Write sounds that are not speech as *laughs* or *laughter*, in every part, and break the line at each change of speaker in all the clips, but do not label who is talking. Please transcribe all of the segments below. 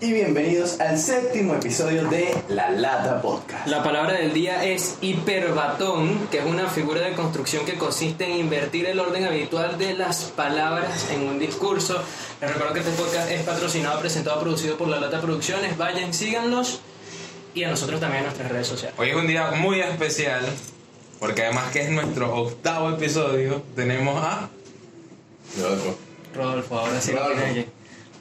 Y bienvenidos al séptimo episodio de La Lata Podcast.
La palabra del día es hiperbatón, que es una figura de construcción que consiste en invertir el orden habitual de las palabras en un discurso. Les recuerdo que este podcast es patrocinado, presentado, producido por La Lata Producciones. Vayan, síganlos y a nosotros también en nuestras redes sociales.
Hoy es un día muy especial, porque además que es nuestro octavo episodio, tenemos a...
Rodolfo.
Rodolfo, ahora sí lo
Rodolfo.
tiene allí.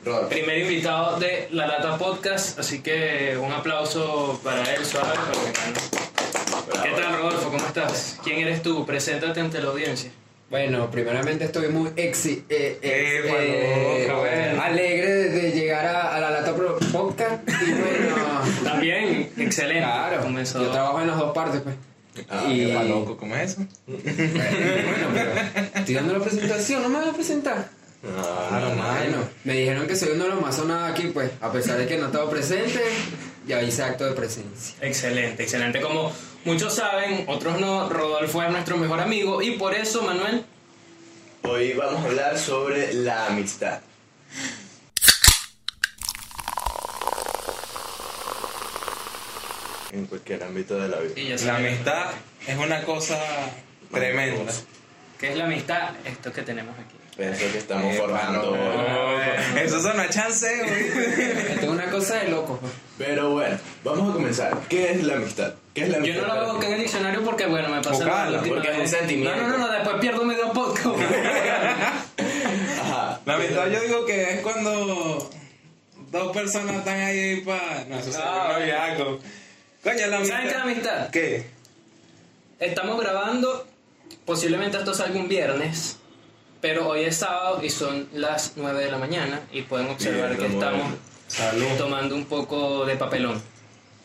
Rodolfo.
Primer invitado de La Lata Podcast, así que un aplauso para él, suave. para que gane. ¿Qué tal, Rodolfo? ¿Cómo estás? ¿Quién eres tú? Preséntate ante la audiencia.
Bueno, primeramente estoy muy exi, eh, eh,
Epa,
eh,
loca, bueno.
alegre de llegar a, a la Lata Pro Podcast
*laughs*
y bueno,
También, excelente.
claro,
Comenzó.
yo trabajo en las dos partes pues.
Ah,
y
Epa, loco, ¿cómo es eso?
*laughs* bueno, pero estoy dando la presentación, no me van a presentar.
Claro,
Bueno, me dijeron que soy uno de los más sonados aquí pues, a pesar de que no he estado presente, ya hice acto de presencia.
Excelente, excelente. Como muchos saben, otros no, Rodolfo es nuestro mejor amigo y por eso, Manuel,
Hoy vamos a hablar sobre la amistad. En cualquier ámbito de la vida.
y ya
La
saben,
amistad es una cosa tremenda.
¿Qué es la amistad? Esto que tenemos aquí.
Eso que estamos
Epa,
formando
no,
hoy.
no, no. Eso son a chance, güey.
Esto es una cosa de locos pues.
Pero bueno, vamos a comenzar. ¿Qué es la amistad? ¿Qué es la
Yo
amistad?
no la voy a buscar en el diccionario porque, bueno, me pasa
Buscala,
la última
porque es un
vez.
sentimiento.
No, no, no, no, después pierdo medio podcast.
Ajá.
La amistad yo digo que es cuando dos personas están ahí para... No, eso es
Ah,
un noviazgo. Coño,
¿Saben qué
la
es la
amistad...
amistad?
¿Qué?
Estamos grabando, posiblemente esto salga un viernes, pero hoy es sábado y son las 9 de la mañana y pueden observar
Bien,
que
vamos a
estamos
Salud.
tomando un poco de papelón.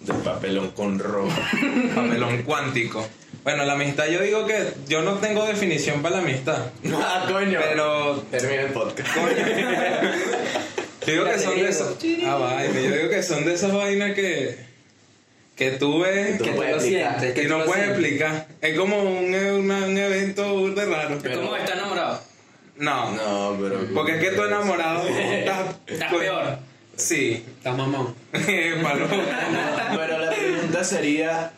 Del papelón con ropa. *laughs*
Pamelón cuántico. Bueno, la amistad yo digo que yo no tengo definición para la amistad.
ah, coño.
Pero
Termina el podcast.
Yo digo que son de esas. Ah, vaina. Yo digo que son de esas vainas que. que tú ves.
tú
Que,
tú
puedes
lo
explicar.
sientes,
que
tú
no
lo
puedes
sientes.
explicar. Es como un, e- una- un evento burda raro.
¿Cómo está enamorado?
No,
No, pero.
Porque es que tú enamorado. Estás,
Estás peor.
Sí. *laughs*
Está mamón.
Palo.
Pero la pregunta sería.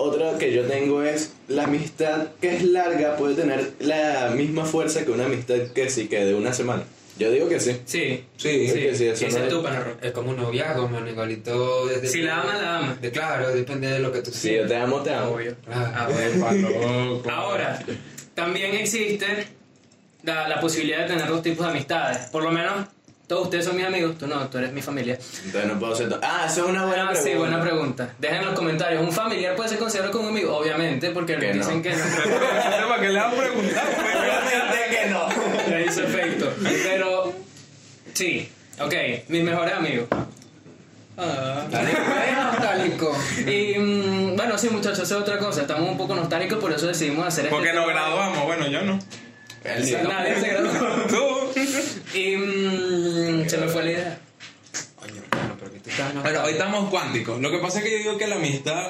Otra que yo tengo es. La amistad que es larga puede tener la misma fuerza que una amistad que sí que de una semana. Yo digo que sí.
Sí.
Sí.
que sí, eso
Ese
no
es
es-
tu panarro.
Es como un noviazgo, man, igualito. desde-
Si la ama, la ama.
De, claro, depende de lo que tú
Si yo te amo, te amo.
Obvio.
Ah,
Ah, bueno.
Palo.
Ahora, también existe la, la posibilidad de tener dos tipos de amistades. Por lo menos, todos ustedes son mis amigos. Tú no, tú eres mi familia.
Entonces no puedo ser. to- Ah, eso es una buena
Ah,
pregunta.
sí, buena pregunta. Dejen en los comentarios. ¿Un familiar puede ser considerado como un amigo? Obviamente, porque
Que
nos
no.
dicen que
*laughs*
no.
*laughs* ¿Para qué le pues, vas a preguntar?
Obviamente que no.
Le hizo efecto. Pero, sí. Ok, mis mejores amigos. Ah.
Nostálgico.
Y mm, bueno, sí, muchachos, eso es otra cosa. Estamos un poco nostálgicos, por eso decidimos hacer este
Porque nos
tema.
graduamos. Bueno, yo no.
Él sí.
Nadie se graduó.
*laughs* Tú.
Y mm, se me fue la idea.
Coño, hermano, pero que tú estás
Bueno, hoy
nostálgico.
estamos cuánticos. Lo que pasa es que yo digo que la amistad.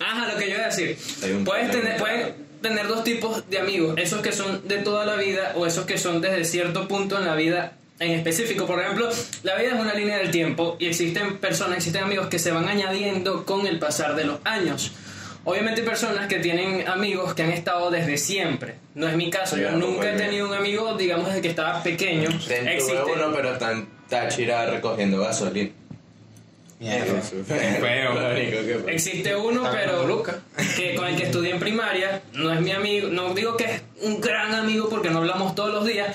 Ajá, lo que yo iba a decir.
Hay un
Puedes
problema.
tener, pueden tener dos tipos de amigos. Esos que son de toda la vida o esos que son desde cierto punto en la vida en específico. Por ejemplo, la vida es una línea del tiempo y existen personas, existen amigos que se van añadiendo con el pasar de los años. Obviamente hay personas que tienen amigos que han estado desde siempre. No es mi caso,
Ya,
yo nunca he
pues,
tenido un amigo, digamos, desde que estaba pequeño.
Dentro de
Existen-
uno, pero tan Táchira recogiendo gasolina.
Mierda.
Eso es *laughs*
Feo.
Lo único que fue.
Existe uno,
Está
pero
con Luca.
que con el que estudié en primaria, no es mi amigo, no digo que es un gran amigo porque no hablamos todos los días,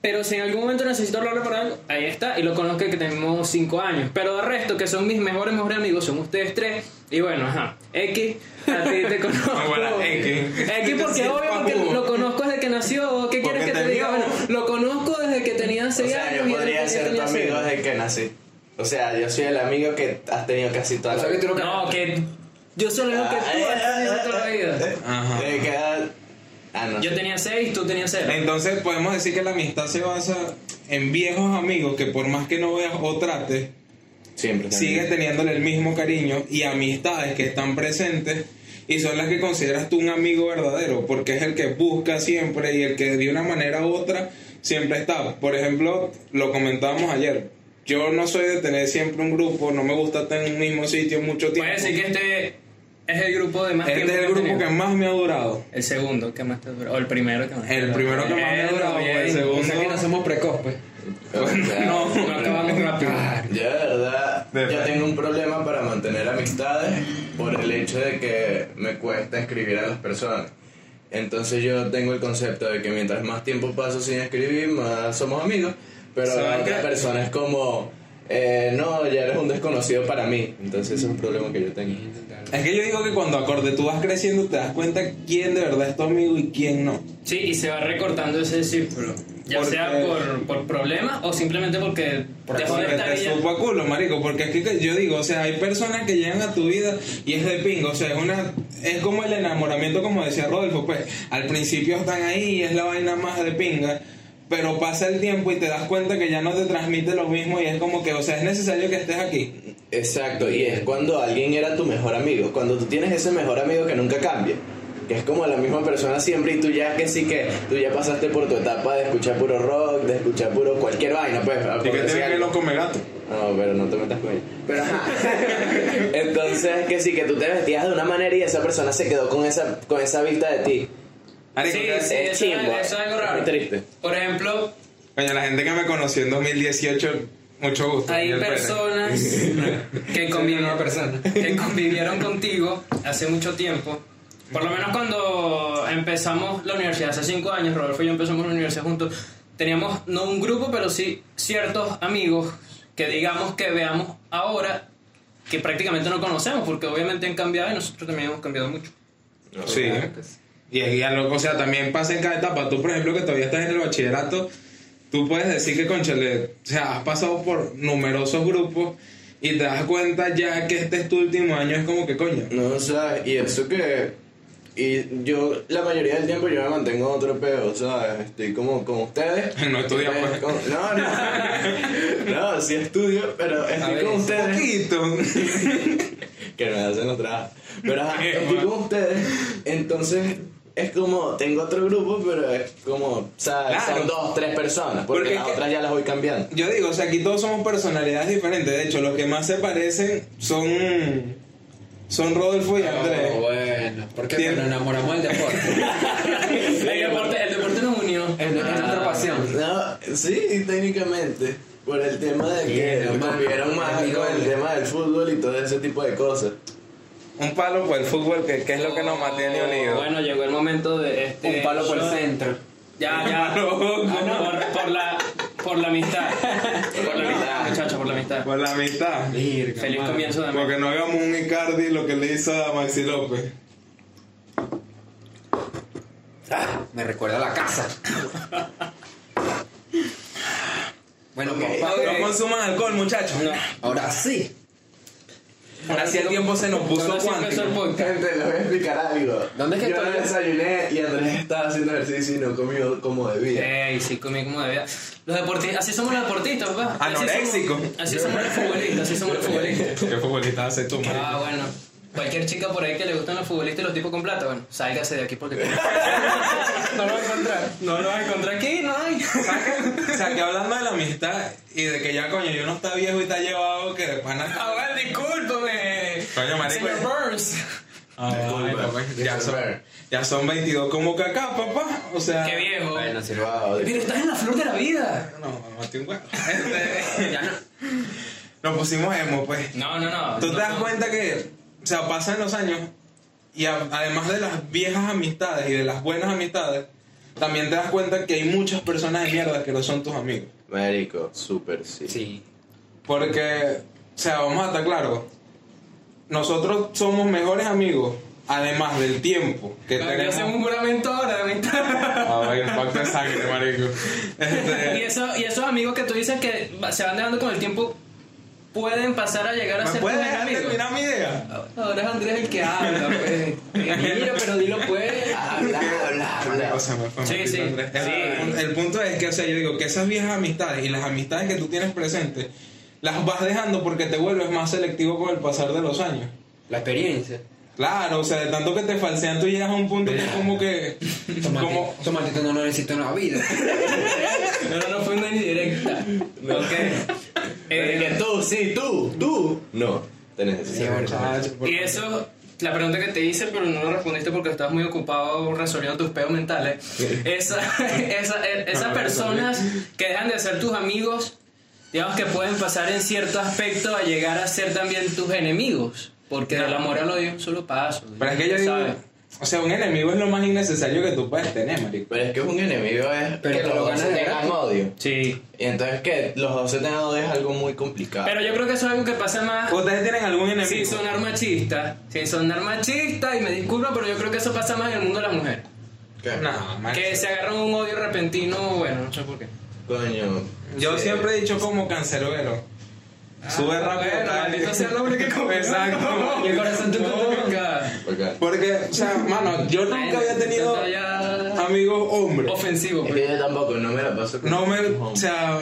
pero si en algún momento necesito hablarle para algo, ahí está, y lo conozco que tenemos 5 años. Pero de resto, que son mis mejores, mejores amigos, son ustedes tres, y bueno, ajá, X, a ti te
Ah,
*laughs* conozco.
Bueno, X.
X porque
Sí,
obvio, porque
papu.
lo conozco desde que nació, ¿qué
Porque
quieres que
te
te diga?
vio.
Bueno, lo conozco desde que tenía
O
6
sea,
años.
yo
y
podría
desde que
ser tu
tenía seis.
amigo desde que nací. O sea, yo soy el amigo que has tenido casi toda
O
la eh,
sea que tú
vida.
no
No, que yo solo veo
ah,
que tú has tenido toda la vida.
Ajá.
¿De qué edad? Ah, no.
Yo
sé.
tenía 6, tú tenías 0.
Entonces podemos decir que la amistad se basa en viejos amigos que por más que no veas o trates,
Siempre.
sigues teniéndole el mismo cariño y amistades que están presentes y son las que consideras tú un amigo verdadero, porque es el que busca siempre y el que de una manera u otra siempre está. Por ejemplo, lo comentábamos ayer. Yo no soy de tener siempre un grupo, no me gusta estar en un mismo sitio mucho tiempo.
Puede decir que este es el grupo de más
este
tiempo
es el
he
grupo que
tenido.
más me ha durado.
El segundo que más te duró. O el primero que más. te
El
duró.
primero que más me ha
Bueno,
durado,
bien.
pues, el segundo.
O sea que no somos precoz, pues.
Ah,
*laughs*
No.
No acabamos rápido.
Yo de verdad,
De
yo
verdad.
tengo un problema para mantener amistades por el hecho de que me cuesta escribir a las personas. Entonces yo tengo el concepto de que mientras más tiempo paso sin escribir, más somos amigos. Pero la
¿Saben
otra
qué?
persona es como, eh, no, ya eres un desconocido para mí. Entonces ese es un problema que yo tengo.
Es que yo digo que cuando acorde tú vas creciendo te das cuenta quién de verdad es tu amigo y quién no.
Sí, y se va recortando ese círculo. Ya
Porque-
sea por, por problemas o simplemente porque dejó de
Porque
estar
te
y ya-
supo a culo, marico, porque es que yo digo, o sea, hay personas que llegan a tu vida y es de pingo, o sea, es una es como el enamoramiento, como decía Rodolfo, pues al principio están ahí y es la vaina más de pinga, pero pasa el tiempo y te das cuenta que ya no te transmite lo mismo y es como que, o sea, es necesario que estés aquí.
Exacto, y es cuando alguien era tu mejor amigo, cuando tú tienes ese mejor amigo que nunca cambia, que es como la misma persona siempre y tú ya que sí que tú ya pasaste por tu etapa de escuchar puro rock, de escuchar puro cualquier vaina, pues. por
Y que
decir
te que
algo.
lo come gato.
No, pero no te metas con ella. Pero ajá.
*laughs*
Entonces, que sí, que tú te vestías de una manera y esa persona se quedó con esa, con esa vista de ti.
Marico,
Sí,
que-
sí.
Es
eso es-
chimbo.
eso es algo raro.
Es triste.
Por ejemplo,
coño, la gente que me conoció en 2018, mucho gusto.
hay
Miguel Pérez.
*laughs*
personas que convivieron,
pues. nueva persona.
que convivieron contigo hace mucho tiempo. Por lo menos cuando empezamos la universidad, hace cinco años, Rodolfo y yo empezamos la universidad juntos, teníamos no un grupo, pero sí ciertos amigos que digamos que veamos ahora que prácticamente no conocemos, porque obviamente han cambiado y nosotros también hemos cambiado
*laughs*
mucho.
Sí. Y es guía loco, o sea, también pasa en cada etapa. Tú, por ejemplo, que todavía estás en el bachillerato, tú puedes decir que, conchale, o sea, has pasado por numerosos grupos y te das cuenta ya que este es tu último año, es como que coño.
No, o sea, y eso que. Y yo, la mayoría del tiempo, yo me mantengo en otro peo, o sea, estoy como con ustedes.
*laughs* No estudia, pues.
Con- No,
*laughs*
no. No, sí estudio, pero estoy
ver,
con
un
ustedes.
*laughs*
Poquito.
Que me hacen los trabajos. Pero
*laughs*
ajá, estoy con ustedes, entonces. Es como, tengo otro grupo, pero es como, o sea,
Claro.
son dos, tres personas, porque,
Porque es
las
que-
otras ya las voy cambiando.
Yo digo, o sea, aquí todos somos personalidades diferentes. De hecho, los que más se parecen son. Son Rodolfo y Andrés.
Oh, bueno, porque
Tiempo.
nos enamoramos del deporte.
El deporte, el deporte nos unió.
es nuestra pasión.
No, sí, técnicamente. Por el tema de que
Bien,
me
hermano.
convivieron más
Amigo.
con el tema del fútbol y todo ese tipo de cosas.
Un palo por el fútbol, que, que es lo que nos mantiene
Oh,
unidos.
Bueno, llegó el momento de este.
Un palo por el
show.
centro.
Ya, *laughs* ya. Ah, no, por, por la, por la amistad. Por la amistad, muchachos, por la amistad.
Por la mitad.
Virga,
Feliz
mano.
comienzo de amistad.
Porque no hagamos un Icardi lo que le hizo a Maxi López.
Me recuerda a la casa. *laughs* bueno,
No
compadre.
consuman alcohol, muchachos.
Ahora sí.
Ahora sí el tiempo se nos puso
Ahora sí empezó el
cuántico.
podcast.
Gente, les voy a explicar algo.
¿Dónde es que
Yo
estoy?
no desayuné y Andrés estaba haciendo ejercicio y no comió como debía.
Ey, sí, comí como debía. Los deportistas, así somos los deportistas, papá. Así somos-
Anoréxico.
Así somos los futbolistas, así somos los futbolistas.
*laughs* ¿Qué futbolista hace tú, marico?
Ah, bueno. Cualquier chica por ahí que le gustan los futbolistas y los tipos con plata, bueno, sálgase de aquí porque. *laughs* no lo va a encontrar. No lo va a encontrar aquí, no hay.
O sea, que hablando de la amistad y de que ya, coño, yo no está viejo y está llevado, que de pana...
Ah, bueno, discúlpame.
Coño, marico.
Señor Burns.
Ah,
Disculpa.
bueno, pues, ya, son,
Disculpa.
ya son 22 como cacá, papá. O sea...
Qué viejo.
Bueno, sí.
Wow,
Pero estás en la flor de la vida.
No, me maté un huevo. Este,
Ya no.
*laughs* Nos pusimos emo, pues.
No, no, no.
Tú
No,
te das
no.
cuenta que, o sea, pasan los años y a- además de las viejas amistades y de las buenas amistades, también te das cuenta que hay muchas personas de mierda que no son tus amigos.
Marico, súper sí.
Sí.
Porque, o sea, vamos a estar claros, nosotros somos mejores amigos, además del tiempo que
Bueno, yo hacemos
tenemos.
un juramento ahora de amistad.
Ah, vaya, impacto de sangre,
*laughs*
marico.
y,
Este,
eso, y esos amigos que tú dices que va- se van dejando con el tiempo pueden pasar a llegar a
¿Me
ser
puedes
tus
dejar
amigos.
terminar mi idea?
Ahora es Andrés el que habla, pues. Mira, pero dilo pues.
Habla, habla, habla.
O sea, me fue
Sí,
maldito
sí.
Andrés.
Sí.
El, el punto es que, o sea, yo digo que esas viejas amistades y las amistades que tú tienes presentes, las vas dejando porque te vuelves más selectivo con el pasar de los años.
La experiencia.
Claro, o sea, de tanto que te falsean, tú llegas a un punto que es
*laughs*
como que.
Tomate,
como,
tomate que no lo necesito en la vida.
No, no, no fue una indirecta. Ok.
Pero
Eh,
que tú, sí, tú, tú. No, te necesito.
y eso, la pregunta que te hice, pero no lo respondiste porque estabas muy ocupado resolviendo tus peos mentales. Esa, *laughs* esa- e- esas personas que dejan de ser tus amigos, digamos que pueden pasar en cierto aspecto a llegar a ser también tus enemigos. Porque del amor al odio es un solo paso.
Pero es que yo
ya
digo.
sabes.
O sea, un enemigo es lo más innecesario que tú puedes tener, marico.
Pero es que un enemigo es
Pero
que
te
los
lo
dos
ganas
se
de
tengan odio.
Sí.
Y entonces que los dos se tengan odio es algo muy complicado.
Pero yo creo que eso es algo que pasa más
¿Ustedes tienen algún enemigo?
sin sonar machista. Sin sonar machista, y me disculpa, pero yo creo que eso pasa más en el mundo de la mujer.
¿Qué?
No, marico.
Que se agarran un odio repentino, bueno, no sé por qué.
Coño.
Yo
sí.
siempre he dicho como cancerbero. Sube rápido.
Ah, bueno,
tal.
maldito sea el hombre que comió. *laughs*
Exacto.
Y el corazón te toca.
¿Por qué?
Porque, o sea, mano, yo nunca había tenido amigos hombres.
Ah, ofensivo. pues.
Es que yo tampoco, no me la paso con
No me. O sea,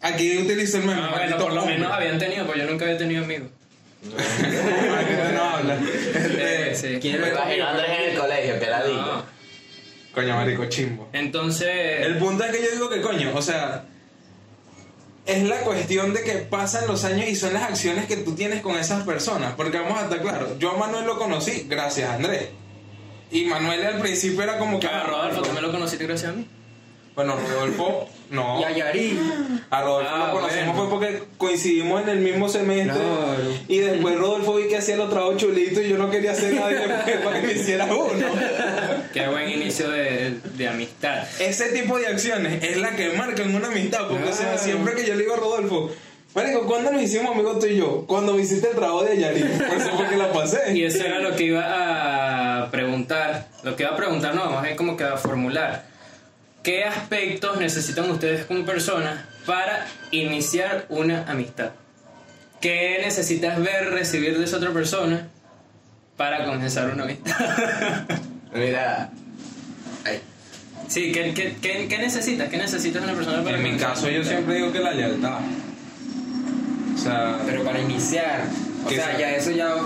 aquí utilizo el meme.
Ah, bueno,
maldito
por lo
hombre.
menos habían tenido, pues yo nunca había tenido *laughs* amigos.
*laughs* Marico, no habla. Este,
Eh, *laughs* sí. Ah,
Me imagino a Andrés en el colegio, que la digo.
No.
Coño, marico, chimbo.
Entonces,
El punto es que yo digo que coño, o sea, es la cuestión de que pasan los años y son las acciones que tú tienes con esas personas. Porque vamos a estar claros, yo a Manuel lo conocí gracias a Andrés. Y Manuel al principio era como que... "Ah,
claro, Ah, Rodolfo, tú me lo conociste gracias a *laughs* mí.
Bueno, Rodolfo, no.
Y a Yari.
A Rodolfo
Ah,
lo conocimos
bueno.
fue porque coincidimos en el mismo semestre.
Claro.
Y después Rodolfo vi que hacía los trabajos chulitos y yo no quería hacer nada y le dije, para que me hiciera uno.
Qué buen inicio de, de amistad.
Ese tipo de acciones es la que marcan una amistad, porque o sea,
Claro.
siempre que yo le digo a Rodolfo, Marico, ¿cuándo nos hicimos amigos tú y yo? Cuando me hiciste el trabajo de *laughs* Yari, por eso fue que la
Y
pasé.
eso era lo que iba a preguntar. Lo que iba a preguntar, no, más bien como que a formular. ¿Qué aspectos necesitan ustedes como personas para iniciar una amistad? ¿Qué necesitas ver, recibir de esa otra persona para comenzar una amistad? *laughs*
Mira,
Ay,
sí, ¿qué, qué, qué, qué necesitas? ¿Qué necesitas de una persona para
En mi
comenzar
caso
una
yo
amistad?
siempre digo que la lealtad. O sea,
Pero para iniciar. O
¿Qué
sea,
sea?
ya eso ya.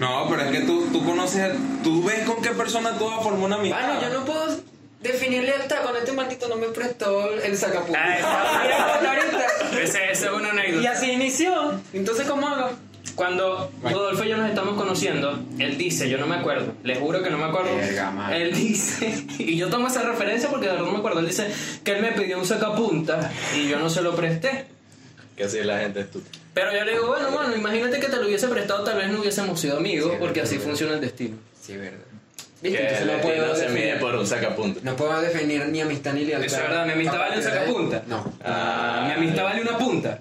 no, pero es que tú, tú conoces, tú ves con qué persona tú vas a formar una amistad.
Bueno, yo Ah, no puedo definir lealtad con este maldito no me prestó el sacapuntas.
Ah,
*laughs*
está bien. Ese- ese es una anécdota.
Y así inició. Entonces, ¿cómo hago?
Cuando Rodolfo y yo nos estamos conociendo, él dice, yo no me acuerdo, les juro que no me acuerdo.
Verga, man.
él dice, *laughs* y yo tomo esa referencia porque de verdad no me acuerdo, él dice que él me pidió un sacapunta y yo no se lo presté.
que así la gente es tú.
Pero yo le digo, bueno, mano, imagínate que te lo hubiese prestado, tal vez no hubiésemos sido amigos,
Sí,
porque
es
así
verdad.
funciona el destino.
Sí, verdad.
Que
¿Viste? Entonces no
el
puedo
destino se
definir.
mide por un sacapunto.
No puedo definir ni amistad ni lealtad.
Eso es verdad, mi amistad vale un sacapunta.
No,
Ah, mi amistad vale una punta.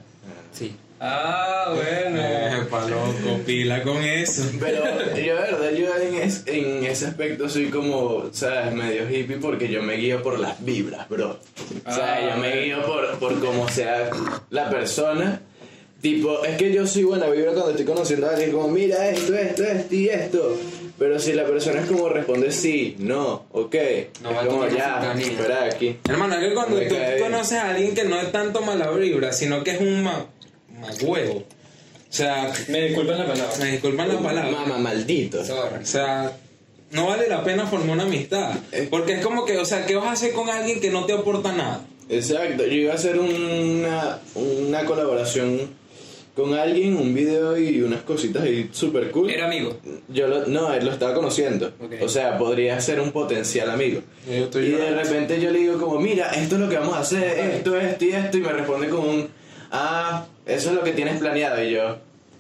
sí.
Ah, bueno.
Eh, pa' loco, pila con eso.
Pero yo, de verdad, yo en, es- en ese aspecto soy como, ¿sabes? Medio hippie porque yo me guío por las vibras, bro. O sea,
Ah,
yo me
bueno.
guío por, por cómo sea la persona. Tipo, es que yo soy buena vibra cuando estoy conociendo a alguien, como, mira esto, esto, esto y esto. Pero si la persona es como responde sí, no, ok,
No
es
va a
como
tocar
ya,
sintonía.
espera aquí.
Hermano, es que cuando
Me
tú
cae.
conoces a alguien que no es tanto mala vibra, sino que es un ma, ma huevo. O sea,
Me disculpan la palabra.
me disculpan la palabra.
Mamá, maldito.
Sorry.
O sea, no vale la pena formar una amistad. Porque es como que, o sea, ¿qué vas a hacer con alguien que no te aporta nada?
Exacto, yo iba a hacer una, una colaboración con alguien, un video y unas cositas ahí super cool.
Era amigo.
Yo lo, no, él lo estaba conociendo.
Ok.
O sea, podría ser un potencial amigo.
Yo estoy
y de
llorando.
repente yo le digo como, mira, esto es lo que vamos a hacer, esto, esto y esto. Y me responde con un, ah, eso es lo que tienes planeado. Y yo,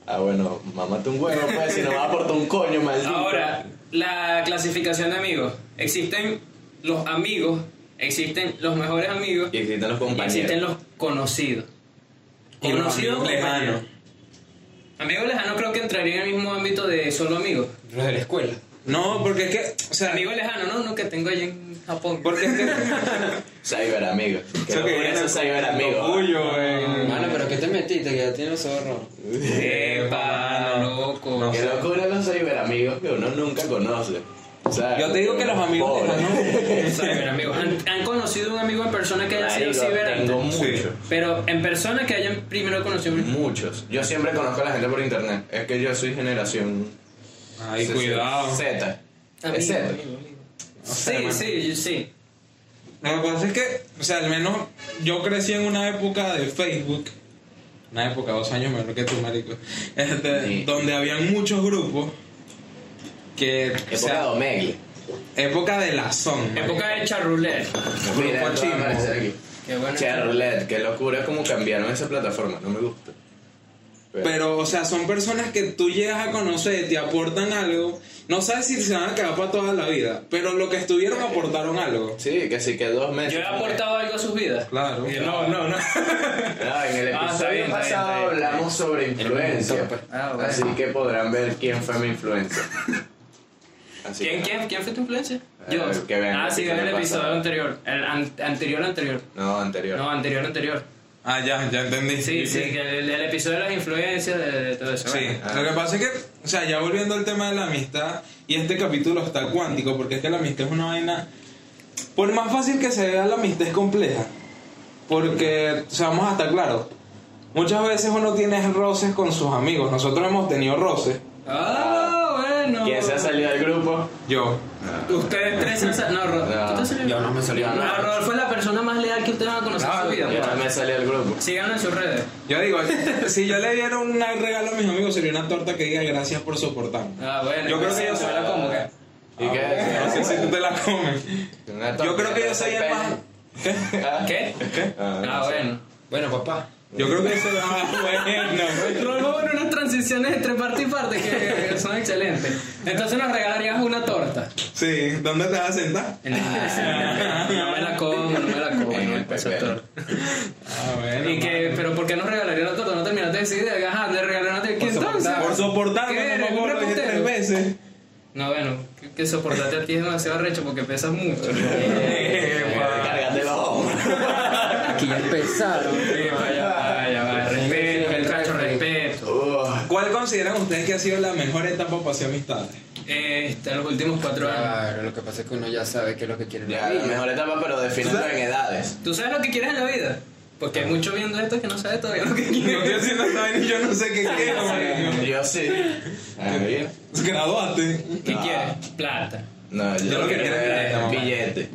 ah, bueno, mámate un huevo, pues, si no me aporta un coño, maldito.
Ahora, la clasificación de amigos. Existen los amigos, existen los mejores amigos
Y existen los
y existen
compañeros.
los conocidos.
Y los
Conocidos
amigos lejanos.
compañeros. Amigos lejanos creo que entraría en el mismo ámbito de solo amigos.
Los de la escuela.
No, porque es que, o sea,
Amigos lejanos, ¿no? No, que tengo allá en Japón.
porque es que.
Cyber amigos. Que
Eso que
locura
viene
esos
con
cyber amigos.
orgullo, en-
Mm. Mano, pero ¿qué te metiste? Que ya tienes zorro.
Epa, loco.
No.
Que locura los ciberamigos que uno nunca conoce. O sea,
Yo te digo que los amigos
pobre.
lejanos.
Cyber, amigos. ¿Han, han conocido un amigo en persona que haya sido
Marico,
ciber?
Tengo
Sí.
muchos.
Pero en persona que hayan primero conocido un
Muchos. Yo siempre conozco a la gente por internet. Es que yo soy generación
Ay, cuidado.
Z.
Amigo,
Es Z.
amigo, amigo.
O sea,
Sí,
man.
sí, yo- sí.
Lo que pasa es que, o sea, al menos yo crecí en una época de Facebook, una época, dos años menor que tú, marico, este,
Sí.
donde habían muchos grupos que, o
Época
sea,
de Omegle.
época de la son,
Época de charrulet.
Mira, esto va a
chimbo.
aparecer aquí.
Qué bueno.
Charlet, qué locura como cambiaron esa plataforma, no me gusta.
Pero, o sea, son personas que tú llegas a conocer, te aportan algo. No sabes si se van a quedar para toda la vida, pero lo que estuvieron aportaron algo.
Sí, que sí, que dos meses.
Yo he aportado algo a sus vidas.
Claro.
No, no, no.
No, en el episodio
Ah, está bien, está bien,
pasado
está bien.
hablamos sobre influencia.
pues. Ah, bueno.
Así que podrán ver quién fue mi influencia. Así
*laughs* ¿Quién,
que-
quién, quién fue tu influencia?
Eh,
Yo.
que vean
ah,
el
sí, vean el
episodio
episodio
pasado.
anterior. El an- anterior, anterior.
No, anterior.
No, anterior, anterior.
Ah, ya, ya entendí.
Sí, sí, que el, el episodio de las influencias, de, de todo eso.
Sí,
Ah.
lo que pasa es que, o sea, ya volviendo al tema de la amistad, y este capítulo está cuántico, porque es que la amistad es una vaina. Por más fácil que se vea, la amistad es compleja. Porque, o sea, vamos a estar claros. Muchas veces uno tiene roces con sus amigos. Nosotros hemos tenido roces.
Ah, bueno.
¿Quién se ha salido del grupo?
Yo.
Ustedes tres se han sal- No,
No,
Rod, ¿tú te has salido?
Yo no me salí.
Yo
No,
no.
Rodolfo es la persona más leal que ustedes van a conocer en su vida.
Yo no
muchachos.
me salí del grupo.
Síganlo en sus redes.
Yo digo, *laughs* si yo le diera un regalo a mis amigos sería una torta que diga gracias por soportarme.
Ah, bueno.
Yo creo que yo
se
soy-
la como que.
¿Y qué?
*laughs* No sé si tú te la comes.
Una torta
Yo creo que yo soy el más. ¿Qué?
¿Qué?
Ah,
Ah, bueno.
Bueno, papá.
Yo creo que yo soy el más *laughs* bueno.
Rodolfo bueno unas transiciones entre parte y parte que son excelentes. Entonces nos regalarías una torta.
Sí, ¿dónde te vas a sentar?
no me la como, no me la como.
En
no
el
me pasa
pepero.
torta.
Ah, bueno.
Y que, pero ¿por qué nos regalaría una torta? No terminaste de decir, ajá, le regalé una torta. ¿Qué entonces?
Por
¿Qué
soportarme, no
eres,
me
un
acuerdo, dije
repostero?
tres veces.
No, bueno, que, que soportarte a ti es demasiado recho porque pesas
*laughs*
mucho.
Eh,
eh, Cárgate *laughs* los hombros.
Aquí ya empezaron.
vaya, vaya, vaya, respeto, el cacho, respeto.
Uf.
¿Cuál consideran ustedes que ha sido la mejor etapa para hacer *laughs* amistades?
Este, los últimos cuatro años.
Claro, lo que pasa es que uno ya sabe qué es lo que quiere en la
Ya, la
vida.
mejor etapa, pero definirlo en edades.
¿Tú sabes lo que quieres en la vida? Porque hay mucho viendo esto que *laughs* no sabe todavía lo que
No
quiere.
estoy haciendo esta vaina y yo no sé qué *laughs* quiero, marico.
Yo sí. Ah, bien.
Graduaste.
¿Qué
No.
quieres? Plata.
No, yo,
Yo
lo
lo
que
que quiero es
quiero
plata,
es
mamá.
billete.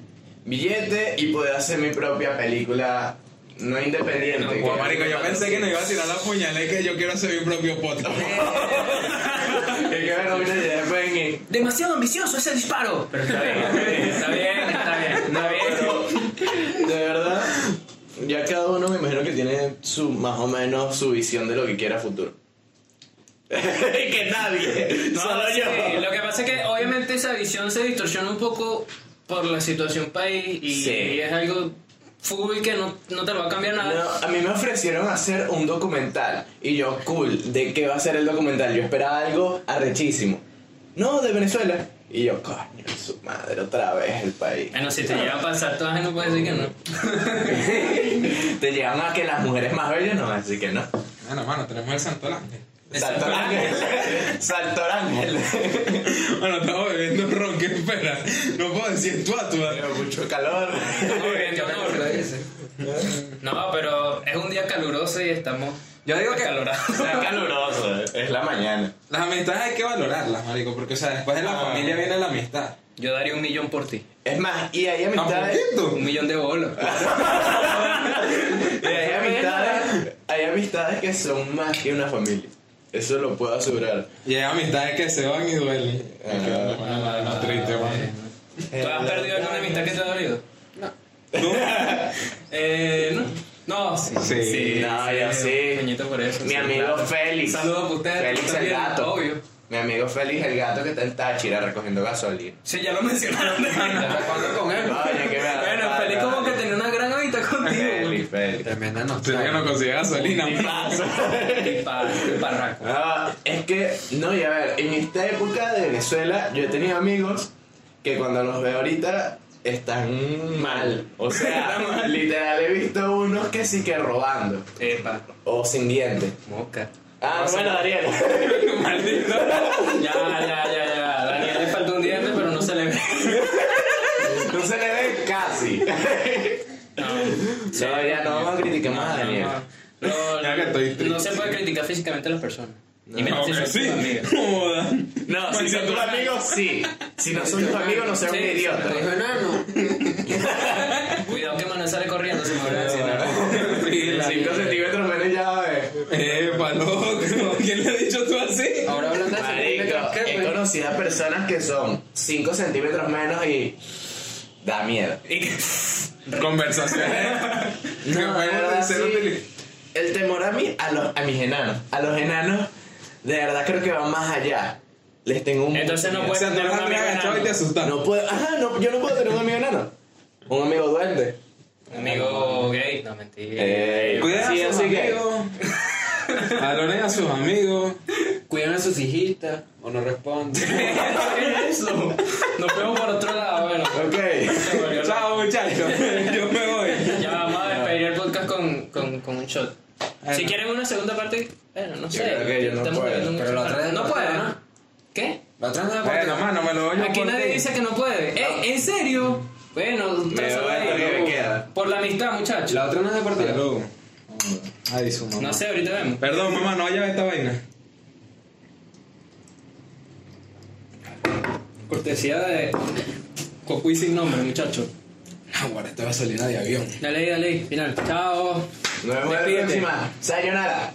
Billete y poder hacer mi propia película no independiente.
No,
que-
guau,
Marico, yo pensé que nos iba a tirar la puñalada y que yo quiero hacer mi propio podcast.
*laughs* que qué vergüenza ya después en el-
Demasiado ambicioso ese disparo. Pero está bien, está bien, está bien, *laughs* está bien.
De verdad, ya cada uno me imagino que tiene su más o menos su visión de lo que quiera a *laughs* futuro. que *laughs* nadie,
No,
solo
sí,
yo.
Lo que pasa es que obviamente esa visión se distorsiona un poco por la situación país y,
Sí.
y es algo full que no, no te lo va a cambiar nada.
No, a mí me ofrecieron hacer un documental y yo, cool, ¿de qué va a ser el documental? Yo esperaba algo arrechísimo. No, de Venezuela. Y yo, coño, su madre, otra vez el país. *laughs*
Bueno, si te llega a pasar todas, no puedes decir que no.
Te llegan a que las mujeres más bellas no, así que no.
Bueno, mano, tenemos el Santo Ángel. *laughs*
Saltor Ángel. Saltor Ángel. *laughs*
Bueno, estamos bebiendo ron, ¿qué espera? No puedo decir tuatua.
Pero mucho calor.
Yo no, pero- No, pero es un día caluroso y estamos.
Yo digo que-
acalorados.
Está
eh.
caluroso. Es la mañana.
Las amistades hay que valorarlas, marico, porque, o sea, después de la
Ah.
familia viene la amistad.
*laughs* Yo daría un millón por ti.
Es más, y hay
¿A
amistades.
poquito?
Un millón de bolos.
y hay amistades. Hay amistades que son más que una familia. Eso lo puedo asegurar.
Y hay amistades que se van y duelen.
Ah.
Bueno, no, triste, bueno.
¿Tú
Eh,
has perdido alguna amistad que te ha dolido?
No.
Eh, no. No, sí.
Sí.
No, yo sí.
Coñito por eso.
Mi
sí,
amigo
claro.
Félix.
Saludos para ustedes.
Félix el
también,
gato.
Obvio.
Mi amigo Félix, el gato que está en Táchira recogiendo
*laughs*
gasolina.
Sí, ya lo mencionaron.
¿Cuándo con él?
Oye, qué me
bueno, Félix como que tenía una gran amistad contigo. *laughs*
Félix, Félix.
Tremenda
Será que no
nostalgia.
consigue gasolina.
Qué par- qué parraco.
Ah, es que, no, y a ver, en esta época de Venezuela yo he tenido amigos que cuando los veo ahorita están mal. O *laughs* sea, literal he visto unos que sí que robando.
Epa.
O sin dientes.
Moca.
Ah, bueno, Daniel.
Maldito.
Ya, ya, ya, ya. Daniel le faltó un diente, pero no se le ve.
*laughs* no se le ve casi.
No,
Sí, ya no vamos a criticar más a Daniel.
No, no,
Ya que estoy triste.
no se puede criticar físicamente a las personas. Y mira, si
Aunque
son
sí.
tus amigos.
No, joda.
No, si
Marico,
son tus
tú-
amigos, sí. Si no son tus *laughs* amigos, no seas un
Sí,
idiota.
Te dijo enano.
Cuidado que Manuel sale corriendo, se me va a decir algo.
Sí, la-
5 centímetros menos ya, eh.
Epa, loco. ¿Quién le ha dicho tú así?
Ahora hablando de
Marico, eh,
centímetros, ¿qué, pues.
he
güey?
conocido a personas que son 5 centímetros menos y. da miedo. *laughs*
Conversaciones. que
No, de
pueden
verdad,
ser
sí.
utili-
El temor a mí, a, los, a mis enanos. A los enanos, de verdad creo que van más allá. Les tengo un.
Entonces no
miedo.
O sea,
puedes
tú
tener un
estás
amigo
agachado y te
enano.
asustas.
No puedo. Ajá, no, yo no puedo tener un amigo enano. Un amigo duende.
Amigo gay, no mentira.
Eh.
Ey.
Cuida
Sí,
a sus
así que-
amigos. *laughs* Valoren a sus amigos.
Cuidan a sus hijitas o no responden.
¿Qué es eso? Nos vemos por otro lado, bueno.
Ok. *laughs*
se volvió loco.
Chao, muchachos. *laughs* Yo me voy.
Ya vamos a despedir el podcast con, con, con un shot.
Bueno.
Si quieren una segunda parte, bueno, no sé.
creo que yo no
estamos
puedo,
bebiendo
pero la
mucho.
otra vez
no
no
puede.
puedo,
¿no?
¿no?
¿Qué?
La otra no es
Bueno,
deportiva.
mano, me lo voy yo
Aquí
por
nadie
ti.
dice que no puede. Eh, ¿En serio? Bueno, otra
voy a
vez,
lo que
¿no?
me queda.
por la amistad, muchachos.
La otra no es deportiva.
Salud.
Ay, su mamá.
No sé, ahorita vemos.
Perdón, mamá, no vaya a esta vaina.
Cortesía de Cocuy sin nombre, muchachos.
Ahora te Ah, va a salir de avión.
Dale, ahí, dale, ahí, final. Chao.
Nos vemos la
Despídete.
próxima. Sayonara.